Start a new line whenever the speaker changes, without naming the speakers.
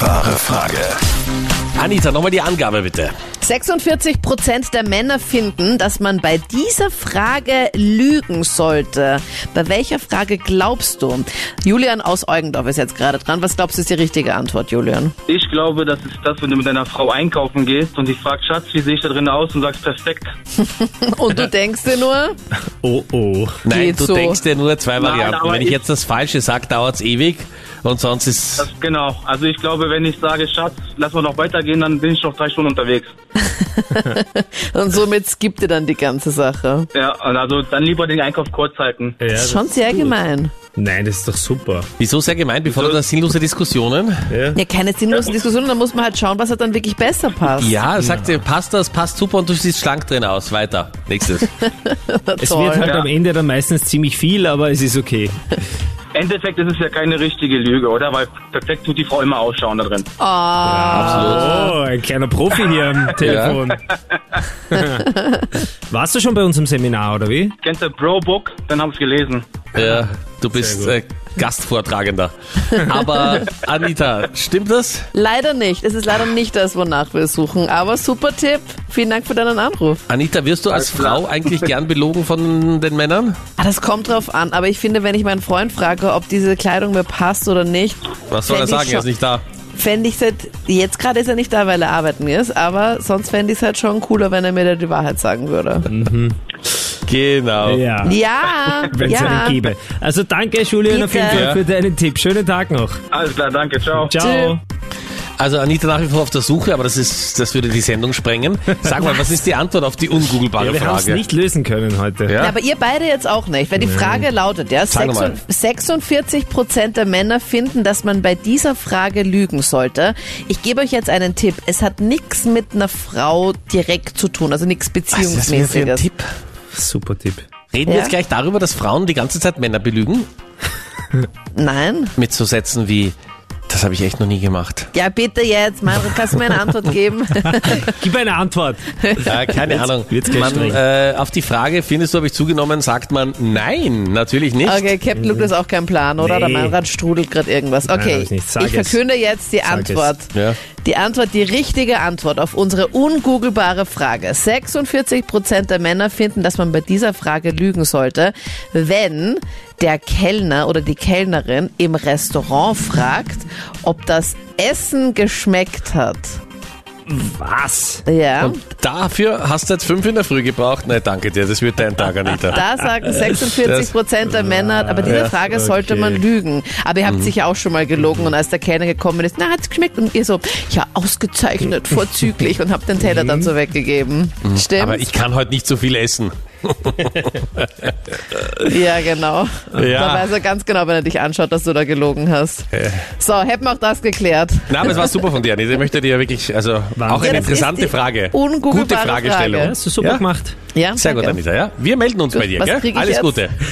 Frage.
Anita, nochmal die Angabe bitte.
46 Prozent der Männer finden, dass man bei dieser Frage lügen sollte. Bei welcher Frage glaubst du? Julian aus Eugendorf ist jetzt gerade dran. Was glaubst du ist die richtige Antwort, Julian?
Ich glaube, das ist das, wenn du mit deiner Frau einkaufen gehst und sie fragt, Schatz, wie sehe ich da drin aus? Und sagst, perfekt.
Und du denkst dir nur,
Oh, oh. Nein,
Geht
du
so.
denkst dir nur zwei Varianten.
aber
Wenn ich
ich-
jetzt das Falsche sage, dauert's ewig. Und sonst ist...
Das, genau. Also ich glaube, wenn ich sage, Schatz, lass mal noch weitergehen, dann bin ich noch drei Stunden unterwegs.
und somit skippt ihr dann die ganze Sache.
Ja, und also dann lieber den Einkauf kurz halten.
Ja,
Das ist schon sehr gemein.
Nein, das ist doch super.
Wieso sehr gemein? Bevor du da sinnlose Diskussionen...
Ja, keine sinnlosen Diskussionen, da muss man halt schauen, was halt dann wirklich besser passt.
Ja, sagt dir, passt das, passt super und du siehst schlank drin aus. Weiter. Nächstes.
Es
Toll.
wird halt
Ja.
am Ende dann meistens ziemlich viel, aber es ist okay.
Im Endeffekt ist es ja keine richtige Lüge, oder? Weil perfekt tut die Frau immer ausschauen da drin.
Ah,
Oh, ein kleiner Profi hier am Telefon. Warst du schon bei uns im Seminar, oder wie?
Kennt ihr Bro Book? Dann haben sie gelesen.
Ja, du bist
Sehr
äh, Gastvortragender. Aber Anita, stimmt das?
Leider nicht. Es ist leider nicht das, wonach wir suchen. Aber super Tipp. Vielen Dank für deinen Anruf.
Anita, wirst du als Frau eigentlich gern belogen von den Männern?
Ah, Das kommt drauf an, aber ich finde, wenn ich meinen Freund frage, ob diese Kleidung mir passt oder nicht,
Was soll er
Fänd ich
sagen? Er ist
schon-
nicht da.
fände ich es halt, jetzt gerade ist er nicht da, weil er arbeiten ist, aber sonst fände ich es halt schon cooler, wenn er mir da die Wahrheit sagen würde.
Genau.
Ja.
Ja,
Wenn es
Oh. ja.
einen gäbe. Also danke, Julian, auf jeden
Bitte.
Fall für deinen Tipp. Schönen Tag noch.
Alles klar, danke, ciao.
Ciao.
Tschüss.
Also Anita nach wie vor auf der Suche, aber das ist, das würde die Sendung sprengen. Sag mal, was ist die Antwort auf die
Ja,
ungooglebare
wir haben es
Frage?
nicht lösen können heute.
Ja.
Ja, aber ihr beide jetzt auch nicht, weil die Frage lautet, ja,
Sag noch mal.
46 Prozent der Männer finden, dass man bei dieser Frage lügen sollte. Ich gebe euch jetzt einen Tipp. Es hat nichts mit einer Frau direkt zu tun, also nichts
Was ist das wieder für ein
Beziehungsmäßiges.
Tipp?
Super Tipp.
Reden wir
Ja.
jetzt gleich darüber, dass Frauen die ganze Zeit Männer belügen?
Nein?
Mit so Sätzen wie, das habe ich echt noch nie gemacht.
Ja, bitte jetzt, Manfred, kannst du mir eine Antwort geben?
Gib eine Antwort.
Ja, keine Ahnung.
wird's gleich
man,
streng.
äh, auf die Frage, findest du, habe ich zugenommen, sagt man nein, natürlich nicht.
Okay, Captain Luke ist auch kein Plan, oder? Der
Nee.
Meinrad strudelt gerade irgendwas.
hab
Okay,
ich nicht. Sag
ich
es.
verkünde jetzt die
Sag es.
Antwort.
Ja.
Die Antwort, die richtige Antwort auf unsere ungoogelbare Frage. 46 Prozent der Männer finden, dass man bei dieser Frage lügen sollte, wenn der Kellner oder die Kellnerin im Restaurant fragt, ob das Essen geschmeckt hat.
Was?
Ja.
Und dafür hast du jetzt fünf in der Früh gebraucht? Nein, danke dir, das wird dein Tag, Anita.
Da sagen 46 Prozent der Männer, aber diese
Ja, Mhm.
Frage sollte
okay.
man lügen. Aber ihr habt sicher auch schon mal gelogen und als der Kellner gekommen ist, na, hat's geschmeckt? Und ihr so, ja, ausgezeichnet, vorzüglich und habt den Teller dann so weggegeben. Stimmt?
Mhm. Aber ich kann heute nicht so viel essen.
ja, genau. Da
Ja. Äh.
weiß er ganz genau, wenn er dich anschaut, dass du da gelogen hast. So, hätten wir auch das geklärt.
Na, aber es war super von dir, Anita. Ich möchte dir ja wirklich, also auch
Ja,
eine
das
interessante
ist die
Frage.
ungooglebare
Gute Fragestellung.
Frage.
Hast du super
Ja.
gemacht.
Ja,
Sehr gut,
danke.
Anita, ja. Wir melden uns bei dir,
Was
gell?
krieg ich
Alles
jetzt?
Gute.